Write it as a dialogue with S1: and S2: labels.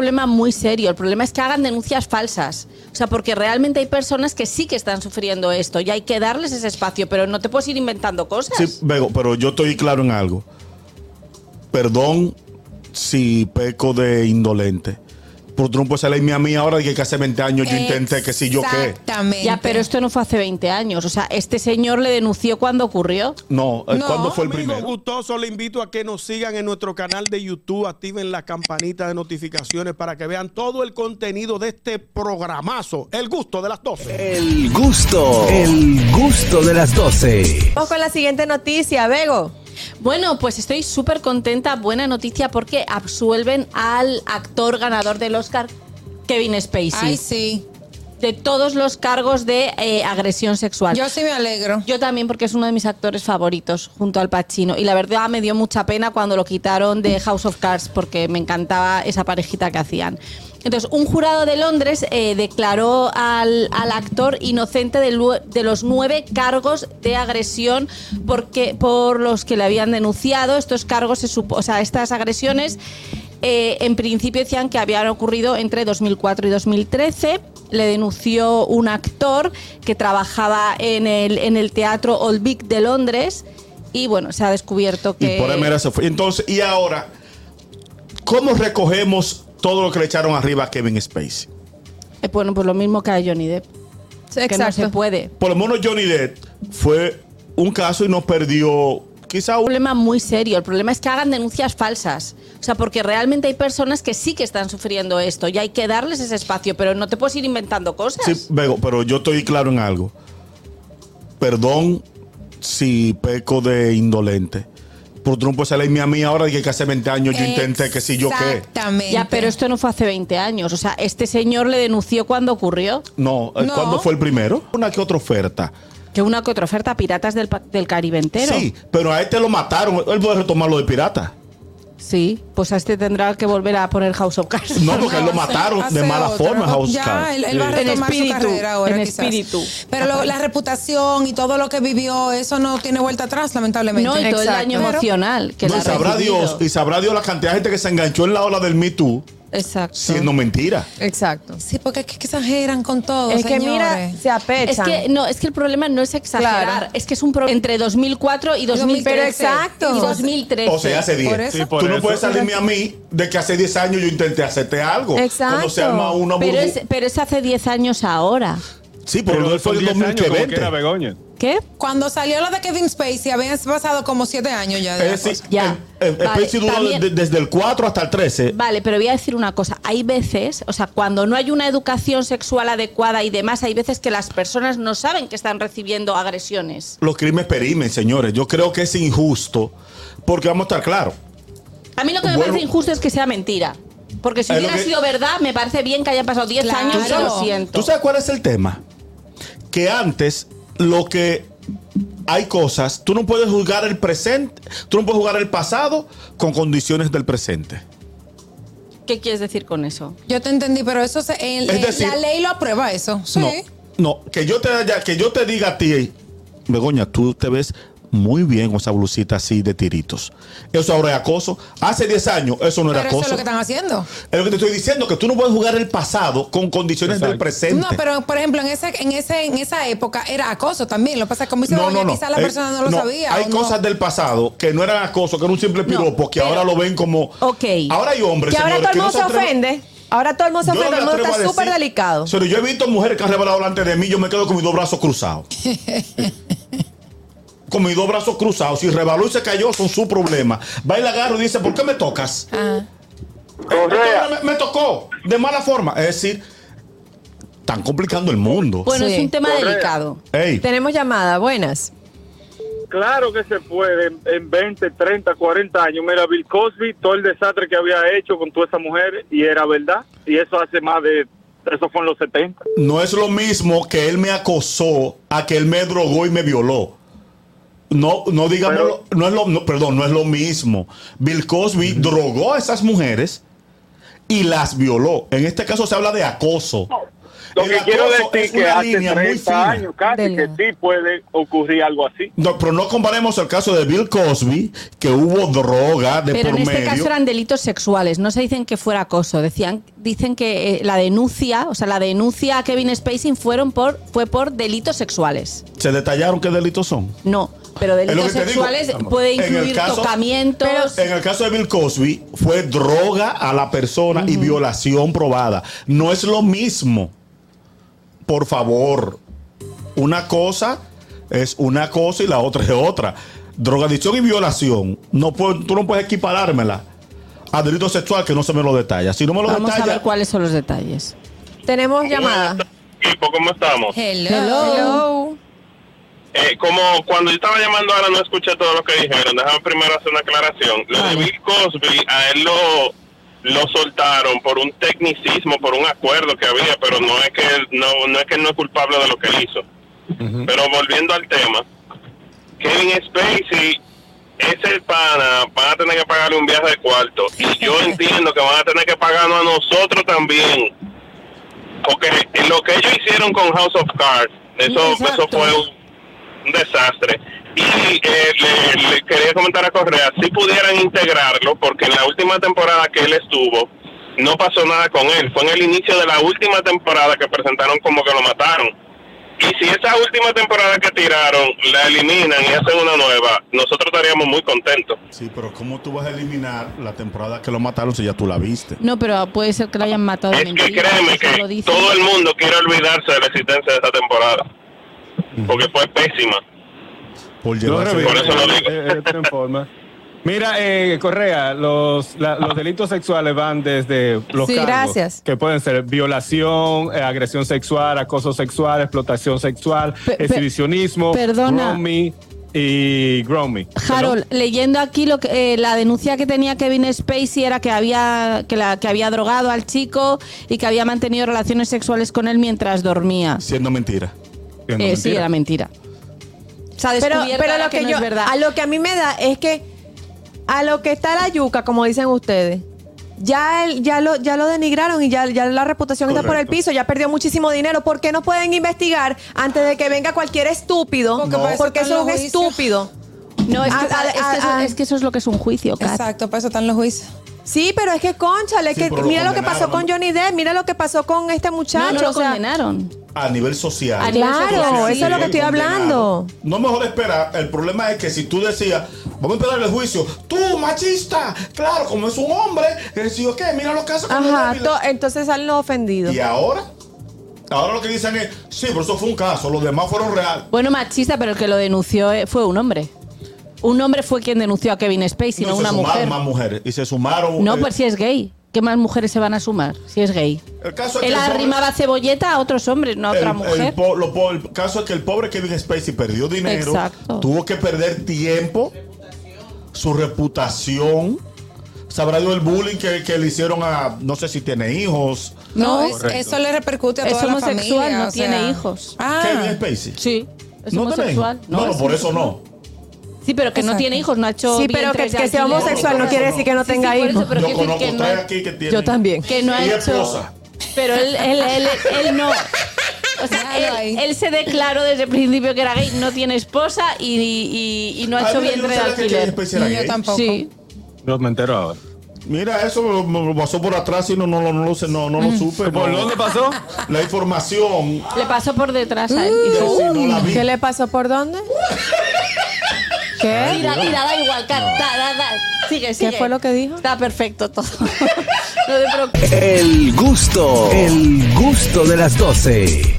S1: problema muy serio. El problema es que hagan denuncias falsas. O sea, porque realmente hay personas que sí que están sufriendo esto y hay que darles ese espacio, pero no te puedes ir inventando cosas.
S2: Sí, Bego, pero yo estoy claro en algo. Perdón si peco de indolente. Por Trump esa ley mía mía ahora de que hace 20 años Pues yo intenté que si yo qué.
S3: Exactamente.
S1: Ya, pero esto no fue hace 20 años. O sea, este señor le denunció cuando ocurrió.
S2: No, eh,
S3: No,
S2: ¿cuándo fue el
S4: Amigos
S2: primero?
S4: gustosos, le invito a que nos sigan en nuestro canal de YouTube, activen la campanita de notificaciones para que vean todo el contenido de este programazo, El Gusto de las 12.
S5: El gusto, el gusto de las 12.
S6: Vamos con la siguiente noticia, Bego.
S1: Bueno, pues estoy súper contenta. Buena noticia porque absuelven al actor ganador del Oscar, Kevin Spacey,
S3: Ay, sí.
S1: de todos los cargos de eh, agresión sexual.
S3: Yo sí me alegro.
S1: Yo también, porque es uno de mis actores favoritos, junto al Pacino. Y la verdad me dio mucha pena cuando lo quitaron de House of Cards, porque me encantaba esa parejita que hacían. Entonces, un jurado de Londres eh, declaró al, al actor inocente de, lu- de los nueve cargos de agresión porque, por los que le habían denunciado. Estos cargos, se supo- o sea, estas agresiones eh, en principio decían que habían ocurrido entre 2004 y 2013. Le denunció un actor que trabajaba en el, en el teatro Old Vic de Londres. Y bueno, se ha descubierto que.
S2: Y por ahí mira, se fue. Entonces, y ahora, ¿cómo recogemos todo lo que le echaron arriba a Kevin Spacey?
S1: Eh, bueno, pues lo mismo que a Johnny Depp. Que no se puede.
S2: Por lo menos Johnny Depp fue un caso y no perdió quizá
S1: Un
S2: un...
S1: problema muy serio. El problema es que hagan denuncias falsas. O sea, porque realmente hay personas que sí que están sufriendo esto y hay que darles ese espacio, pero no te puedes ir inventando cosas.
S2: Sí, Bego, pero yo estoy claro en algo. Perdón si peco de indolente. Por Trump esa ley mía mía ahora de que hace 20 años Pues yo intenté que si yo qué.
S3: Exactamente.
S1: Ya, pero esto no fue hace 20 años. O sea, este señor le denunció cuando ocurrió.
S2: No, eh,
S3: No.
S2: ¿cuándo fue el primero? Una que otra oferta.
S1: Que una que otra oferta, piratas del, pa- del Caribe entero.
S2: Sí, pero a este lo mataron. Él puede retomarlo de pirata.
S1: Sí, pues a este tendrá que volver a poner House of Cards.
S2: No, porque él lo
S3: hace-
S2: mataron
S3: hace
S2: de mala
S3: otro.
S2: forma, House
S3: Ya,
S2: Card.
S3: él, él va a
S2: Sí.
S1: En
S3: retomar su
S1: espíritu,
S3: carrera ahora,
S1: en
S3: quizás.
S1: espíritu.
S3: Pero lo- la reputación y todo lo que vivió, eso no tiene vuelta atrás, lamentablemente.
S1: No, y todo el
S6: Exacto.
S1: daño
S3: Pero-
S1: emocional que
S2: No,
S1: le
S2: y
S1: ha
S2: sabrá
S1: recibido.
S2: Dios, y sabrá Dios la cantidad de gente que se enganchó en la ola del Me Too
S1: Exacto.
S3: Ah.
S2: siendo mentira.
S6: Exacto.
S3: Sí, porque es que exageran con todo,
S6: Es que mira,
S3: señores.
S6: se
S1: Es
S6: apechan.
S1: que no, es que el problema no es exagerar,
S6: Claro.
S1: es que es un problema entre 2004 y 2013.
S6: Pero exacto.
S1: Y 2013.
S2: O sea, hace 10.
S3: eso.
S2: Sí,
S7: por
S2: Tú no
S7: eso.
S2: puedes salirme a mí de que hace 10 años yo intenté hacerte algo.
S6: Exacto.
S2: Cuando se arma una
S1: pero
S2: burbu-
S1: es, pero es hace 10 años ahora.
S2: Sí, pero, no fue
S7: son
S2: en
S7: 10 años como
S2: 2020.
S7: quiera, Begoña.
S1: ¿Qué?
S3: Cuando salió lo de Kevin Spacey, habían pasado como siete años ya. de la
S2: Es decir,
S1: pues, Ya.
S2: el- el- el
S1: Vale,
S2: Spacey duró
S1: también-
S2: de- desde el 4 hasta el 13.
S1: Vale, pero voy a decir una cosa. Hay veces, o sea, cuando no hay una educación sexual adecuada y demás, hay veces que las personas no saben que están recibiendo agresiones.
S2: Los crímenes perimen, señores. Yo creo que es injusto porque vamos a estar claros.
S1: A mí lo que me
S2: Bueno.
S1: parece injusto es que sea mentira. Porque si
S2: Es Eh, lo
S1: hubiera
S2: que-
S1: sido verdad, me parece bien que hayan pasado 10
S3: Claro.
S1: años y lo
S3: ¿Tú
S1: siento.
S2: ¿Tú sabes cuál es el tema? Que antes lo que hay cosas, tú no puedes juzgar el presente, tú no puedes juzgar el pasado con condiciones del presente.
S1: ¿Qué quieres decir con eso?
S3: Yo te entendí, pero eso se- el-
S2: Eh. Es
S3: el-
S2: decir-
S3: la ley lo aprueba eso. Sí.
S2: No, no, que yo te haya- que yo te diga a ti, Begoña, tú te ves muy bien con esa blusita así de tiritos. Eso ahora es acoso. Hace 10 años eso no
S3: Pero
S2: era
S3: eso es
S2: acoso.
S3: lo que están haciendo.
S2: Es lo que te estoy diciendo, que tú no puedes jugar el pasado con condiciones del
S7: Exacto.
S2: presente.
S3: No, pero por ejemplo, en ese, en ese, en esa época era acoso también. Lo que pasa es que como dice
S2: No,
S3: Begoña,
S2: no, no.
S3: quizás la
S2: Eh,
S3: persona no lo sabía.
S2: Hay
S3: o no.
S2: cosas del pasado que no eran acoso, que era un simple piropo, que
S1: pero-
S2: ahora lo ven como.
S1: Ok.
S2: Ahora hay hombres.
S6: que ahora todo
S2: señores,
S6: el mundo
S2: no
S6: se
S2: atreven-
S6: ofende. Ahora todo el mundo se
S2: Yo no
S6: ofende.
S2: me
S6: Todo el mundo
S2: atrevo a
S6: está
S2: decir-
S6: súper delicado.
S2: Pero yo he visto mujeres que han rebalado delante de mí, yo me quedo con mis dos brazos cruzados. con mis dos brazos cruzados. Si rebaló y se cayó, son su problema. Va y la agarro y dice, ¿por qué me tocas?
S3: Ajá.
S2: Me, me tocó, de mala forma. Es decir, están complicando el mundo.
S1: Bueno,
S6: Sí.
S1: es un tema
S8: Correa.
S1: delicado.
S2: Ey,
S6: Tenemos llamada, buenas.
S8: Claro que se puede en- en 20, 30, 40 años. Mira, Bill Cosby, todo el desastre que había hecho con toda esa mujer, y era verdad. Y eso hace más de. Eso fue en los 70.
S2: no es lo mismo que él me acosó a que él me drogó y me violó. No, no digamos,
S8: Pero-
S2: lo- no es lo, no, perdón, no es lo mismo. Bill Cosby drogó a esas mujeres y las violó. En este caso se habla de acoso.
S8: Lo
S2: El
S8: que quiero
S2: acoso es
S8: decir que
S2: una
S8: hace
S2: línea muy
S8: 30
S2: fina.
S8: años casi
S1: Delgado.
S8: que sí puede ocurrir algo así.
S2: No, pero no comparemos el caso de Bill Cosby, que hubo droga de
S1: Pero
S2: por
S1: en este
S2: medio.
S1: caso eran delitos sexuales, no se dicen que fuera acoso, decían, dicen que eh, la denuncia, o sea, la denuncia a Kevin Spacey fueron por, fue por delitos sexuales.
S2: Se detallaron qué delitos son.
S1: No, pero
S2: lo
S1: delitos
S2: que te digo.
S1: sexuales
S2: Vamos,
S1: puede
S2: en el
S1: incluir
S2: caso-
S1: tocamientos.
S2: En el caso de Bill Cosby, fue droga a la persona y violación probada. No es lo mismo. Por favor. Una cosa es una cosa y la otra es otra. Drogadicción y violación. No puedo- tú no puedes equiparármela a delito sexual que no se me lo detalla. Si no me lo
S1: Vamos a
S2: detalla.
S1: ver cuáles son los detalles.
S6: Tenemos llamada.
S8: Tipo, ¿cómo estamos?
S3: Hello.
S6: Hello.
S8: Eh, como cuando yo estaba llamando ahora no escuché todo lo que dijeron, déjame primero hacer una aclaración. Lo de
S1: Vale.
S8: Bill Cosby, a él lo, lo soltaron por un tecnicismo, por un acuerdo que había, pero no es que él no, no, es, que él no es culpable de lo que él hizo. Pero volviendo al tema, Kevin Spacey, ese pana, van a tener que pagarle un viaje de cuarto. Y yo entiendo que van a tener que pagarnos a nosotros también. Porque lo que ellos hicieron con House of Cards, eso,
S1: Exacto.
S8: eso fue un un desastre. Y eh, le, le quería comentar a Correa, si pudieran integrarlo, porque en la última temporada que él estuvo, no pasó nada con él. Fue en el inicio de la última temporada que presentaron como que lo mataron. Y si esa última temporada que tiraron la eliminan y hacen una nueva, nosotros estaríamos muy contentos.
S2: Sí, pero ¿cómo tú vas a eliminar la temporada que lo mataron si ya tú la viste?
S1: No, pero puede ser que lo hayan matado de
S8: Es que
S1: mentira.
S8: créeme
S1: eso lo
S8: que
S1: dicen.
S8: todo el mundo quiere olvidarse de la existencia de esta temporada, porque fue pésima.
S2: Por
S7: Lo
S2: llevarse-
S8: Por
S7: reviso,
S8: eso lo digo.
S7: eh, eh, estoy en forma. Mira, eh, Correa, los, la- los delitos sexuales van desde los
S6: Sí,
S7: cargos,
S6: gracias.
S7: que pueden ser violación, eh, agresión sexual, acoso sexual, explotación sexual,
S1: Pe- pe-
S7: exhibicionismo,
S1: perdona.
S7: grooming y grooming.
S1: Harold, leyendo aquí lo que, eh, la denuncia que tenía Kevin Spacey era que había que, la, que había drogado al chico y que había mantenido relaciones sexuales con él mientras dormía.
S2: Siendo mentira.
S7: Que no
S1: Eh,
S7: es
S1: sí,
S7: mentira.
S1: era mentira. O sea,
S6: Pero,
S1: descubierta
S6: pero
S1: era
S6: lo que,
S1: no
S6: yo,
S1: es verdad.
S6: a lo que a mí me da es que a lo que está la yuca, como dicen ustedes, ya el- ya lo ya lo denigraron y ya, ya la reputación está por el
S2: Correcto.
S6: piso, ya perdió muchísimo dinero. ¿Por qué no pueden investigar antes de que venga cualquier estúpido?
S3: Porque
S6: Porque,
S3: para eso están
S6: eso es un
S3: los juicios.
S6: estúpido.
S1: no, es,
S6: a-
S1: que,
S6: a-
S1: es que eso,
S6: a-
S1: es que eso es lo que es un juicio, Kat.
S3: Exacto, para eso están los juicios.
S6: Sí, pero es que conchale,
S2: Sí,
S6: que
S2: pero lo
S6: mira lo que pasó
S2: condenaron.
S6: con Johnny Depp, mira lo que pasó con este
S1: No,
S6: muchacho.
S1: no lo
S6: o sea,
S1: condenaron.
S2: A nivel social.
S1: A nivel
S2: Pues
S6: claro,
S1: social,
S6: eso es lo que
S2: Fue
S6: estoy
S2: condenado.
S6: hablando.
S2: No mejor esperar. El problema es que si tú decías, vamos a esperar el juicio, tú, machista, claro, como es un hombre, que decidió que mira los casos. como
S6: Ajá,
S2: débiles".
S6: to- entonces salen los ofendidos.
S2: Y ahora, ahora lo que dicen es, sí, pero eso fue un caso, los demás fueron reales.
S1: Bueno, machista, pero el que lo denunció eh, fue un hombre. Un hombre fue quien denunció a Kevin Spacey, no,
S2: y se
S1: una
S2: sumaron
S1: mujer.
S2: más mujeres. Y se sumaron.
S1: No,
S2: eh,
S1: pues si es gay. ¿Qué más mujeres se van a sumar si es gay?
S2: El caso es que
S1: Él
S2: los hombres-
S1: arrimaba cebolleta a otros hombres, no a
S2: El-
S1: otra
S2: el
S1: mujer.
S2: po- lo po- el caso es que el pobre Kevin Spacey perdió dinero,
S1: Exacto.
S2: tuvo que perder tiempo, su reputación. Sabrá Dios el bullying que, que le hicieron a, no sé si tiene hijos.
S1: No,
S3: es- eso le repercute a
S1: Es
S3: toda la familia.
S1: homosexual, no
S3: o
S1: tiene
S3: sea.
S1: hijos.
S2: Kevin
S3: Ah,
S2: Spacey.
S1: Sí, es
S2: no tiene hijos.
S1: homosexual.
S2: No, no,
S1: es
S2: por eso no.
S1: Sí, pero que no
S3: Exacto.
S1: tiene hijos, no ha hecho.
S6: Sí, pero que,
S1: vientres de
S6: que sea
S1: alquiler.
S6: homosexual no
S2: Eso
S6: quiere
S2: no.
S6: decir que no
S1: Sí, sí,
S6: tenga
S1: por eso,
S6: hijos.
S1: pero
S2: Yo
S1: quiero decir
S2: conozco
S1: que no
S2: tres
S1: ha-
S2: aquí que tienen.
S6: Yo también.
S1: Que no ha
S2: y
S1: hecho.
S2: esposa.
S1: Pero él, él, él, él no. O
S3: Déjalo
S1: sea,
S3: ahí.
S1: él, él se declaró desde el principio que era gay, no tiene esposa y, y- y no ha
S2: Ah,
S1: hecho
S2: mira, yo
S1: vientre
S2: no
S1: de
S2: sabía que Kevin
S1: alquiler.
S2: Spacey era
S3: Yo
S2: gay.
S3: tampoco.
S1: Sí.
S7: Yo me entero ahora.
S2: Mira, eso me lo- me lo pasó por atrás y no, no, lo- no, lo sé, no, no
S1: Mm.
S2: lo supe.
S7: ¿Por
S2: no.
S7: dónde pasó?
S2: La información.
S1: Le pasó por detrás a él.
S6: Uh,
S1: Y dijo,
S2: sí, no la vi.
S6: ¿Qué le pasó por dónde? ¿Qué?
S1: Mira, mira, da igual, Kat, da, da, da. Sigue, sigue.
S6: fue lo que dijo?
S1: Está perfecto todo. no te preocupes.
S5: El gusto, el gusto de las doce.